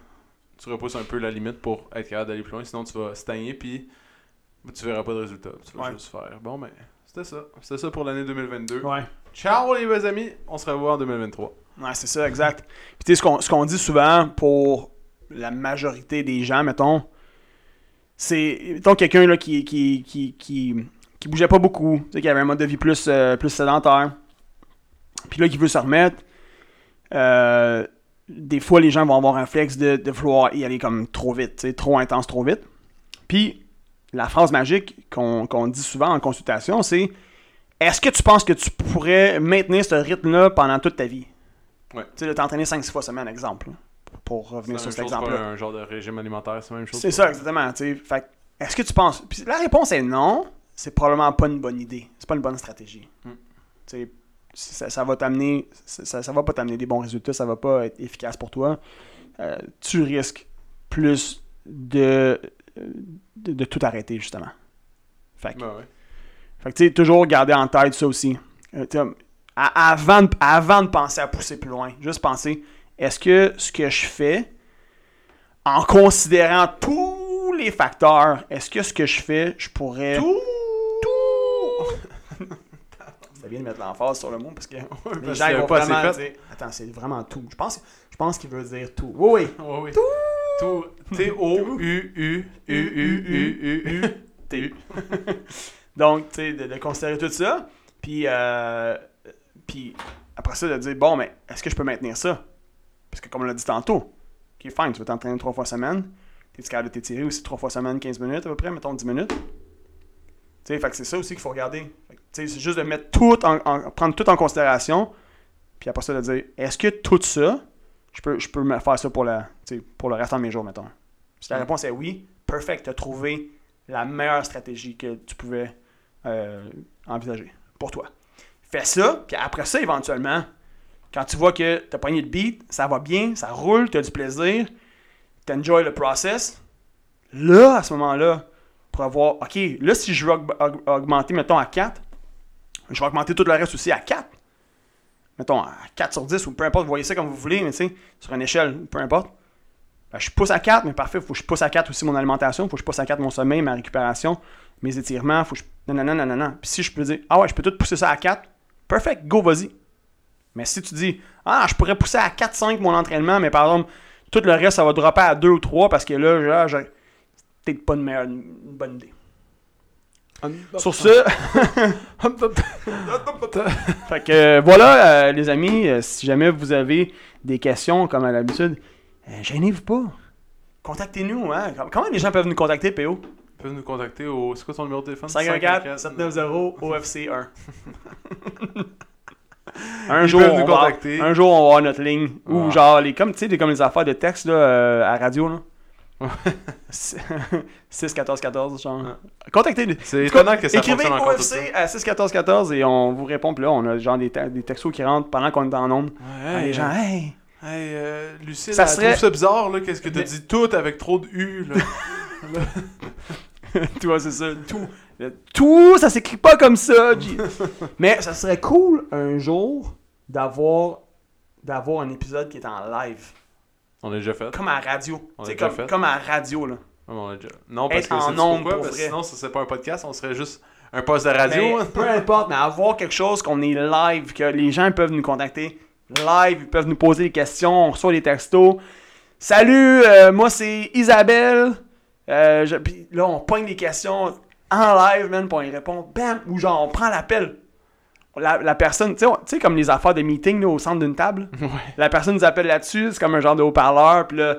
Speaker 1: tu repousses un peu la limite pour être capable d'aller plus loin, sinon tu vas stagner puis tu verras pas de résultat. Tu vas
Speaker 2: Ouais.
Speaker 1: juste faire. Bon ben, c'était ça. C'était ça pour l'année 2022.
Speaker 2: Ouais,
Speaker 1: Ciao les beaux amis, on se revoit en 2023.
Speaker 2: ouais c'est ça, exact. Puis tu sais, ce qu'on, ce qu'on dit souvent pour la majorité des gens, mettons, c'est, mettons, quelqu'un là, qui, qui, qui, qui, qui bougeait pas beaucoup, tu sais, qui avait un mode de vie plus, euh, plus sédentaire, puis là, qui veut se remettre, euh, des fois, les gens vont avoir un flex de, de vouloir y aller comme trop vite, tu sais, trop intense, trop vite. Puis, la phrase magique qu'on, qu'on dit souvent en consultation, c'est Est-ce que tu penses que tu pourrais maintenir ce rythme-là pendant toute ta vie
Speaker 1: Ouais.
Speaker 2: Tu sais, là, t'entraîner 5-6 fois semaine, exemple, là, pour
Speaker 1: C'est
Speaker 2: revenir
Speaker 1: la
Speaker 2: sur
Speaker 1: même
Speaker 2: cet
Speaker 1: chose pour
Speaker 2: exemple-là.
Speaker 1: un genre de régime alimentaire, c'est la même chose.
Speaker 2: C'est
Speaker 1: pour-
Speaker 2: ça, exactement. tu sais. Fait que, est-ce que tu penses. Puis la réponse est non, c'est probablement pas une bonne idée. C'est pas une bonne stratégie.
Speaker 1: Mm.
Speaker 2: Tu sais, Ça, ça va t'amener. Ça, ça- ça va pas t'amener des bons résultats, ça va pas être efficace pour toi. Euh, tu risques plus de, de, de tout arrêter, justement. Fait que,
Speaker 1: Ben ouais.
Speaker 2: fait que, tu sais, toujours garder en tête ça aussi. Euh, tu sais, à- avant, de, avant de penser à pousser plus loin, juste penser, est-ce que ce que je fais, en considérant tous les facteurs, est-ce que ce que je fais, je pourrais... Tout! C'est bien de mettre l'emphase sur le mot parce que
Speaker 1: parce
Speaker 2: les
Speaker 1: qu'il
Speaker 2: gens ils
Speaker 1: y a
Speaker 2: vont
Speaker 1: pas assez
Speaker 2: vraiment
Speaker 1: fait.
Speaker 2: dire... Attends, c'est vraiment tout. Je pense, je pense qu'il veut dire tout. Oui, oui.
Speaker 1: Ouais, oui. Tout. T-O-U-U. U-U-U-U.
Speaker 2: T. Donc, tu sais, de, de considérer tout ça. Puis, euh, puis après ça, de dire, bon, mais est-ce que je peux maintenir ça? Parce que comme on l'a dit tantôt, OK, fine, tu vas t'entraîner trois fois semaine. T'es capable de t'étirer aussi trois fois semaine, 15 minutes à peu près, mettons 10 minutes. Tu sais, fait que c'est ça aussi qu'il faut regarder. Fait que, Tu sais, c'est juste de mettre tout en, en- prendre tout en considération. Puis après ça, de dire, est-ce que tout ça, je peux, je peux me faire ça pour, la, tu sais, pour le restant de mes jours, mettons? Si la
Speaker 1: Mm.
Speaker 2: réponse est oui, perfect, t'as trouvé la meilleure stratégie que tu pouvais euh, envisager pour toi. Fais ça, puis après ça, éventuellement, quand tu vois que t'as pogné le beat, ça va bien, ça roule, t'as du plaisir, t'enjoy le process, là, à ce moment-là, pour avoir, OK, là, si je veux aug- aug- augmenter, mettons, à 4, je vais augmenter tout le reste aussi à 4. Mettons, à 4 sur 10, ou peu importe, vous voyez ça comme vous voulez, mais tu sais, sur une échelle, ou peu importe. Ben, je pousse à 4, mais parfait, il faut que je pousse à 4 aussi mon alimentation, il faut que je pousse à 4 mon sommeil, ma récupération, mes étirements, faut que je... Non, non, non, non, non. Puis si je peux dire, ah ouais, je peux tout pousser ça à 4, perfect, go, vas-y. Mais si tu dis, ah, je pourrais pousser à 4-5 mon entraînement, mais par exemple, tout le reste, ça va dropper à 2 ou 3 parce que là, là, je- c'est peut-être pas une, meilleure, une bonne idée. Sur ce, fait que euh, voilà, euh, les amis, euh, si jamais vous avez des questions, comme à l'habitude, euh, gênez-vous pas. Contactez-nous, hein. Com- Comment les gens peuvent nous contacter, PO?
Speaker 1: Ils peuvent nous contacter au. C'est quoi ton numéro de téléphone
Speaker 2: 514-790-OFC1. un,
Speaker 1: Ils
Speaker 2: jour,
Speaker 1: peuvent nous
Speaker 2: on va,
Speaker 1: contacter. Ah.
Speaker 2: un jour, on va avoir notre ligne. Ou
Speaker 1: Ouais.
Speaker 2: genre, les, comme, tu sais, des- comme les affaires de texte là, euh, à radio. Là. 6-14-14, genre. Contactez-nous.
Speaker 1: Ah. C'est
Speaker 2: En tout cas,
Speaker 1: étonnant que ça
Speaker 2: Écrivez
Speaker 1: fonctionne encore. tout ça.
Speaker 2: OFC à 6-14-14 et on vous répond. Puis là, on a genre des, te- des textos qui rentrent pendant qu'on est en nombre.
Speaker 1: Ouais,
Speaker 2: les
Speaker 1: hey, hein.
Speaker 2: gens, hey!
Speaker 1: Hey, euh, Lucille,
Speaker 2: Ça
Speaker 1: elle
Speaker 2: serait-
Speaker 1: trouve ça bizarre, là, qu'est-ce que t'as
Speaker 2: Mais-
Speaker 1: dit tout avec trop de U, là.
Speaker 2: tu vois, c'est ça. Tout. Le- Tout, ça s'écrit pas comme ça. J. Mais ça serait cool un jour d'avoir d'avoir un épisode qui est en live.
Speaker 1: On l'a déjà fait.
Speaker 2: Comme à la radio.
Speaker 1: On
Speaker 2: Tu
Speaker 1: l'a
Speaker 2: sais,
Speaker 1: déjà
Speaker 2: comme,
Speaker 1: fait.
Speaker 2: comme à la radio, là.
Speaker 1: Ouais, mais on l'a déjà- Non, parce
Speaker 2: Être
Speaker 1: que
Speaker 2: en
Speaker 1: c'est
Speaker 2: ondes,
Speaker 1: pourquoi,
Speaker 2: pour
Speaker 1: parce que
Speaker 2: vrai.
Speaker 1: sinon, ça serait pas un podcast, on serait juste un poste de radio.
Speaker 2: Mais
Speaker 1: hein.
Speaker 2: peu importe, mais avoir quelque chose qu'on est live, que les gens peuvent nous contacter live, ils peuvent nous poser des questions, on reçoit des textos. Salut, euh, moi c'est Isabelle. Euh, je- puis là, on pogne des questions en live, man, pour y répondre. Bam! Ou genre, on prend l'appel. la, la personne, tu sais, on- tu sais, comme les affaires de meeting là, au centre d'une table,
Speaker 1: Ouais.
Speaker 2: la personne nous appelle là-dessus, c'est comme un genre de haut-parleur, puis là,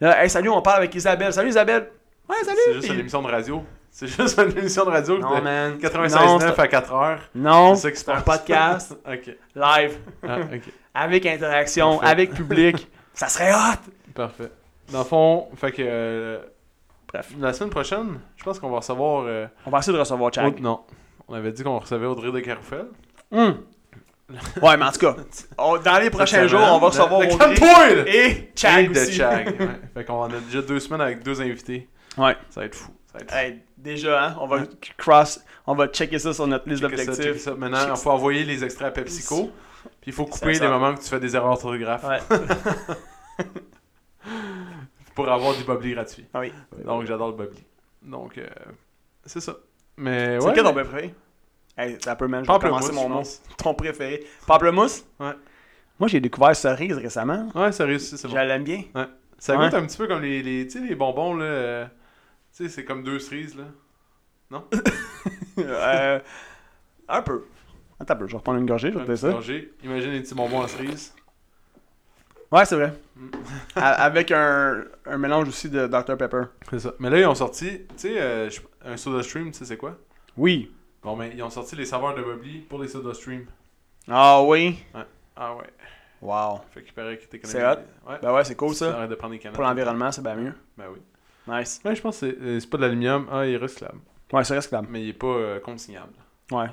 Speaker 2: là, Hey, salut, on parle avec Isabelle, salut Isabelle! Ouais, salut!
Speaker 1: C'est juste
Speaker 2: Puis-
Speaker 1: une émission de radio. C'est juste une émission de radio
Speaker 2: Non,
Speaker 1: de
Speaker 2: man.
Speaker 1: 96.9 à 4 heures.
Speaker 2: Non,
Speaker 1: C'est ça qui se
Speaker 2: c'est un
Speaker 1: passe.
Speaker 2: podcast
Speaker 1: Ok.
Speaker 2: live,
Speaker 1: Ah, ok.
Speaker 2: avec interaction,
Speaker 1: Parfait.
Speaker 2: avec public. ça serait hot!
Speaker 1: Parfait. Dans le fond, fait que. euh,
Speaker 2: Bref.
Speaker 1: La semaine prochaine, je pense qu'on va recevoir. euh,
Speaker 2: On va essayer de recevoir Chad.
Speaker 1: Aud- non. On avait dit qu'on recevait Audrey de Carroufel.
Speaker 2: Hum. Ouais, mais en tout cas, on- dans les prochains
Speaker 1: Cette
Speaker 2: jours,
Speaker 1: semaine,
Speaker 2: on va
Speaker 1: le-
Speaker 2: recevoir
Speaker 1: le
Speaker 2: Audrey
Speaker 1: Campoil!
Speaker 2: et
Speaker 1: Et
Speaker 2: Chag
Speaker 1: de
Speaker 2: aussi.
Speaker 1: Chag. ouais. Fait qu'on en a déjà deux semaines avec deux invités.
Speaker 2: Ouais.
Speaker 1: Ça va être fou. Ça va être fou.
Speaker 2: Hey, déjà, hein, on va cross, on va checker ça sur notre liste
Speaker 1: Checker ça, checker
Speaker 2: d'objectifs.
Speaker 1: ça. Maintenant, il faut envoyer les extraits à PepsiCo. Puis il faut couper
Speaker 2: Ça, ça.
Speaker 1: les moments que tu fais des erreurs orthographes
Speaker 2: Ouais.
Speaker 1: pour avoir du bubbly gratuit.
Speaker 2: Ah oui.
Speaker 1: Donc, j'adore le bubbly. Donc, euh, c'est ça. Mais
Speaker 2: C'est
Speaker 1: ouais.
Speaker 2: quel ton préféré? Hey, ça peut même je vais
Speaker 1: Pamplemousse,
Speaker 2: commencer mon
Speaker 1: je
Speaker 2: mot.
Speaker 1: pense.
Speaker 2: Ton préféré. Pamplemousse?
Speaker 1: Ouais.
Speaker 2: Moi, j'ai découvert Cerise récemment.
Speaker 1: Ouais, sérieux, c'est
Speaker 2: Je
Speaker 1: bon.
Speaker 2: l'aime bien.
Speaker 1: Ça
Speaker 2: Ouais.
Speaker 1: goûte un petit peu comme les, les, tu sais, les bonbons, là. euh, tu sais, c'est comme deux cerises, là.
Speaker 2: Euh, un peu. Attends, un peu, je vais reprendre une gorgée, je vais te dire
Speaker 1: Un petit
Speaker 2: ça.
Speaker 1: gorgée. Imagine les petits bonbons à cerises.
Speaker 2: Ouais, c'est vrai.
Speaker 1: Mm.
Speaker 2: A- Avec un, un mélange aussi de Dr Pepper.
Speaker 1: C'est ça. Mais là, ils ont sorti, tu sais, euh, je- un soda stream, tu sais, c'est quoi
Speaker 2: Oui.
Speaker 1: Bon, mais ils ont sorti les saveurs de bubbly pour les soda stream.
Speaker 2: Ah oui.
Speaker 1: Ah ouais.
Speaker 2: Wow.
Speaker 1: Fait qu'il paraît qu'ils t'économisent.
Speaker 2: C'est hot.
Speaker 1: Ouais.
Speaker 2: Ben ouais, c'est cool ça.
Speaker 1: Arrête de prendre des canettes.
Speaker 2: Pour l'environnement, c'est bien mieux.
Speaker 1: Ben oui.
Speaker 2: Nice.
Speaker 1: Ouais, je pense que c'est- euh, c'est pas de l'aluminium. Ah, il est recyclable.
Speaker 2: Ouais, c'est recyclable.
Speaker 1: Mais il est pas euh, consignable.
Speaker 2: Ouais.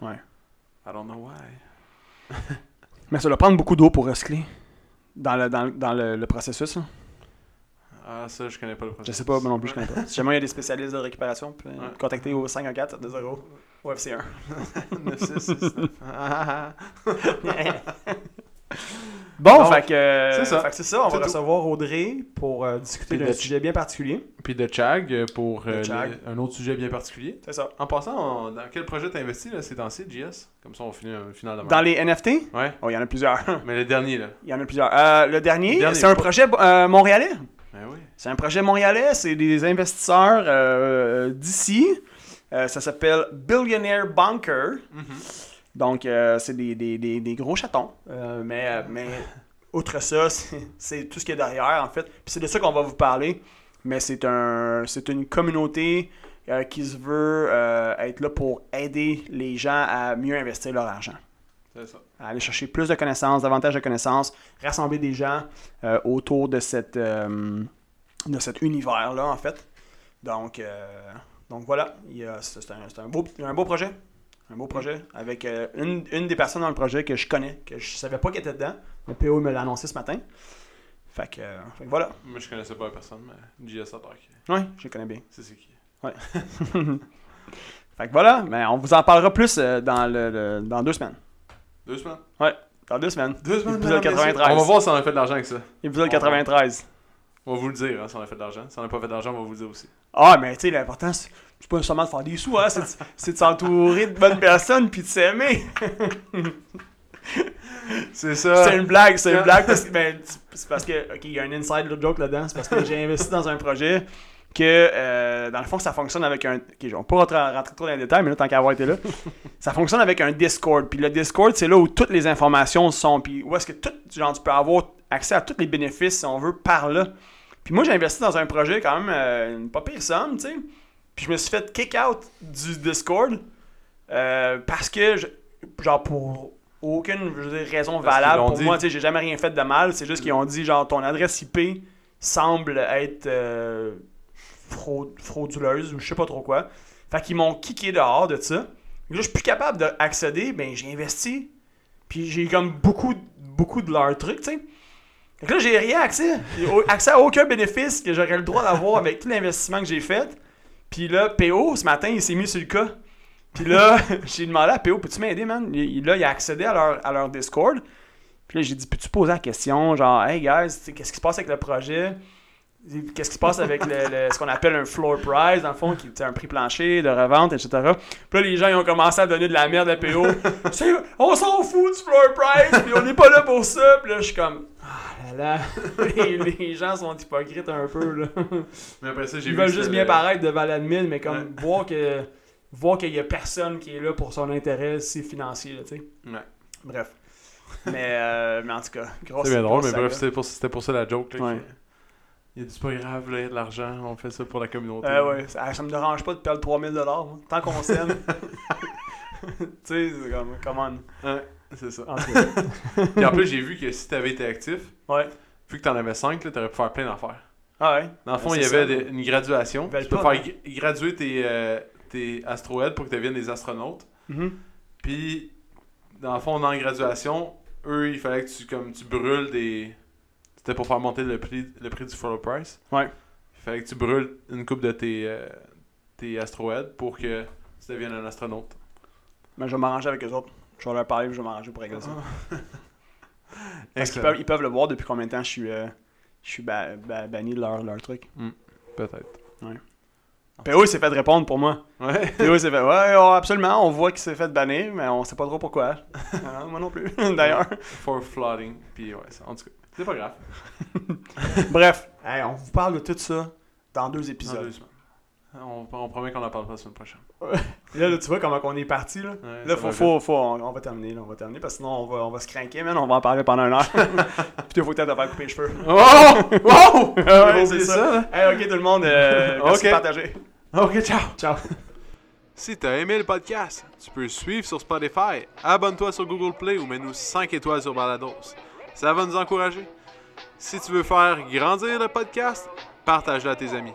Speaker 1: I don't know why.
Speaker 2: Mais ça doit prendre beaucoup d'eau pour recycler. Dans le, dans, le- dans le, le processus. là.
Speaker 1: Ah, ça, je connais pas le
Speaker 2: Je
Speaker 1: processus.
Speaker 2: sais pas, moi non plus, je connais pas. Si jamais il y a des spécialistes de récupération, puis, euh,
Speaker 1: Ouais.
Speaker 2: contactez au 514 0 ou FC1.
Speaker 1: 9669. Ah, ah, ah.
Speaker 2: Bon,
Speaker 1: Donc,
Speaker 2: fait que euh,
Speaker 1: c'est ça.
Speaker 2: fait que c'est ça. On
Speaker 1: C'est
Speaker 2: va
Speaker 1: tout.
Speaker 2: recevoir Audrey pour euh, discuter
Speaker 1: Puis
Speaker 2: d'un
Speaker 1: de-
Speaker 2: sujet bien particulier.
Speaker 1: Puis de Chag euh, pour
Speaker 2: De
Speaker 1: euh,
Speaker 2: Chag.
Speaker 1: les- un autre sujet bien particulier.
Speaker 2: C'est ça.
Speaker 1: En passant, on- dans quel projet t'as investi là, ces temps-ci, JS Comme ça, on finit un final de
Speaker 2: Dans les NFT,
Speaker 1: Ouais,
Speaker 2: oh, il y en a plusieurs.
Speaker 1: mais le dernier là.
Speaker 2: Il y en a plusieurs. Euh, le dernier,
Speaker 1: Le dernier,
Speaker 2: c'est un
Speaker 1: pas-
Speaker 2: projet euh, montréalais.
Speaker 1: Ben oui.
Speaker 2: C'est un projet montréalais, c'est des investisseurs euh, d'ici. Euh, ça s'appelle Billionaire Banker.
Speaker 1: Mm-hmm.
Speaker 2: Donc, euh, c'est des, des- des- des gros chatons. Euh, mais, euh, mais outre ça, c'est- c'est tout ce qu'il y a derrière, en fait. Puis c'est de ça qu'on va vous parler. Mais c'est un, c'est une communauté euh, qui se veut euh, être là pour aider les gens à mieux investir leur argent.
Speaker 1: C'est ça.
Speaker 2: À aller chercher plus de connaissances, davantage de connaissances, rassembler des gens euh, autour de, cette, euh, de cet univers-là, en fait. Donc, euh, donc voilà, Il y a- c'est c'est un, c'est un beau, un beau projet. Un beau projet avec euh, une, une des personnes dans le projet que je connais, que je savais pas qu'elle était dedans. Le PO me l'a annoncé ce matin. Fait que, euh, fait que voilà.
Speaker 1: Moi, je connaissais pas la personne, mais JS Attack.
Speaker 2: Oui, je le connais bien.
Speaker 1: C'est c'est qui
Speaker 2: Fait que voilà, mais on vous en parlera plus euh, dans, le, le- dans deux semaines.
Speaker 1: Deux semaines.
Speaker 2: Dans deux semaines.
Speaker 1: Deux semaines.
Speaker 2: Épisode
Speaker 1: mesdames, messieurs.
Speaker 2: 93.
Speaker 1: On va voir si on a fait de l'argent avec ça.
Speaker 2: Épisode
Speaker 1: On va-
Speaker 2: 93.
Speaker 1: On va vous le dire, hein, si on a fait de l'argent. Si on n'a pas fait d'argent, on va vous le dire aussi.
Speaker 2: Ah, mais tu sais, l'important, c'est c'est pas seulement de faire des sous, hein, c'est de- c'est de s'entourer de bonnes personnes puis de s'aimer.
Speaker 1: C'est
Speaker 2: C'est
Speaker 1: ça.
Speaker 2: une blague, c'est une
Speaker 1: Ah.
Speaker 2: blague. parce que- ben, c'est parce que, ok, il y a un inside joke là-dedans. C'est parce que j'ai investi dans un projet que, euh, dans le fond, ça fonctionne avec un. Ok, on peut rentrer, rentrer trop dans les détails, mais là, tant qu'à avoir été là, ça fonctionne avec un Discord. Puis le Discord, c'est là où toutes les informations sont. Puis où est-ce que tout, genre, tu peux avoir accès à tous les bénéfices, si on veut, par là. Puis moi, j'ai investi dans un projet, quand même, euh, une pas pire somme, tu sais. Puis je me suis fait kick out du Discord euh, parce que, je- genre, pour aucune je veux dire, raison
Speaker 1: Parce qu'ils
Speaker 2: valable,
Speaker 1: l'ont
Speaker 2: pour
Speaker 1: dit.
Speaker 2: moi, tu sais, j'ai jamais rien fait de mal. C'est juste qu'ils ont dit, genre, ton adresse IP semble être euh, fraud- frauduleuse ou je sais pas trop quoi. Fait qu'ils m'ont kické dehors de ça. Là, je suis plus capable d'accéder, ben j'ai investi. Puis j'ai comme beaucoup, beaucoup de leurs trucs, tu sais. Fait que là, j'ai rien accès. J'ai au- accès à aucun bénéfice que j'aurais le droit d'avoir avec tout l'investissement que j'ai fait. Puis là, PO, ce matin, il s'est mis sur le cas. Puis là, j'ai demandé à PO, peux-tu m'aider, man? Il, il- là, il a accédé à leur, à leur Discord. Puis là, j'ai dit, peux-tu poser la question, genre, hey guys, tu sais, qu'est-ce qui se passe avec le projet? Qu'est-ce qui se passe avec le- le- ce qu'on appelle un floor price, dans le fond, qui est un prix plancher de revente, etc. Puis là, les gens, ils ont commencé à donner de la merde à PO. C'est- on s'en fout du floor price, puis on n'est pas là pour ça. Puis là, je suis comme, ah là là, les, les gens sont hypocrites un peu, là.
Speaker 1: Mais après ça, j'ai
Speaker 2: Ils
Speaker 1: vu.
Speaker 2: veulent
Speaker 1: que
Speaker 2: juste
Speaker 1: c'était
Speaker 2: bien
Speaker 1: le-
Speaker 2: paraître devant l'admin, mais comme voir que voir qu'il y a personne qui est là pour son intérêt si financier, là, tu sais.
Speaker 1: Ouais.
Speaker 2: Bref. Mais, euh, mais en tout cas, grosse
Speaker 1: C'est bien drôle,
Speaker 2: grosse
Speaker 1: mais bref,
Speaker 2: saga.
Speaker 1: c'était pour, c'était pour ça la joke. Là,
Speaker 2: Ouais.
Speaker 1: que- Il y a du pas grave, là, il y a de l'argent, on fait ça pour la communauté.
Speaker 2: Euh, ouais, ça, ça me dérange pas de perdre 3000 dollars, hein, tant qu'on s'aime. tu sais, c'est comme, come on.
Speaker 1: C'est ça.
Speaker 2: En tout cas,
Speaker 1: Puis en plus, j'ai vu que si t'avais été actif,
Speaker 2: ouais.
Speaker 1: vu que t'en avais 5, t'aurais pu faire plein d'affaires.
Speaker 2: Ah ouais.
Speaker 1: Dans le fond,
Speaker 2: Ouais,
Speaker 1: il y
Speaker 2: c'est
Speaker 1: avait
Speaker 2: ça.
Speaker 1: des- une graduation.
Speaker 2: Ils veulent
Speaker 1: Tu peux
Speaker 2: pas,
Speaker 1: faire gra- graduer tes, euh, tes astroheads pour que tu deviennes des astronautes.
Speaker 2: Mhm.
Speaker 1: Puis, dans le fond, dans la graduation, eux, il fallait que tu, comme, tu brûles des. C'était pour faire monter le prix, le prix du follow price.
Speaker 2: Ouais.
Speaker 1: Il fallait que tu brûles une coupe de tes, euh, tes astroheads pour que tu deviennes un astronaute.
Speaker 2: Mais Ben, je vais m'arranger avec eux autres. Je vais leur parler, puis je vais m'arranger pour régler ça. Parce qu'ils
Speaker 1: Excellent.
Speaker 2: peuvent, ils peuvent le voir depuis combien de temps je suis, euh, je suis ba- ba- banni de leur, leur truc.
Speaker 1: Peut-être.
Speaker 2: PO il s'est fait répondre pour moi.
Speaker 1: Ouais.
Speaker 2: PO il s'est fait Ouais, oh, absolument, on voit qu'il s'est fait bannir, mais on sait pas trop pourquoi. Ah, moi non plus, d'ailleurs.
Speaker 1: For flooding. Puis, ouais, ça- en tout cas, c'est pas grave.
Speaker 2: Bref, hey, on vous parle de tout ça dans deux
Speaker 1: Dans
Speaker 2: épisodes.
Speaker 1: deux semaines. On, on promet qu'on en parle pas la semaine prochaine.
Speaker 2: Là, là, tu vois comment on est parti. Là,
Speaker 1: Ouais,
Speaker 2: là
Speaker 1: ça
Speaker 2: faut,
Speaker 1: va
Speaker 2: faut, faut- on, on va terminer, là, on va terminer, parce que sinon on va, on va se craquer, man, on va en parler pendant une heure. Puis il faut peut-être te faire couper les cheveux.
Speaker 1: Oh! Wow!
Speaker 2: Ouais,
Speaker 1: J'ai
Speaker 2: c'est
Speaker 1: oublié
Speaker 2: ça.
Speaker 1: ça, là.
Speaker 2: Hey, ok, tout le monde, euh, merci
Speaker 1: Ok.
Speaker 2: de partager.
Speaker 1: Ok, ciao!
Speaker 2: Ciao.
Speaker 1: Si t'as aimé le podcast, tu peux le suivre sur Spotify, abonne-toi sur Google Play ou mets-nous 5 étoiles sur Balados. Ça va nous encourager. Si tu veux faire grandir le podcast, partage-le à tes amis.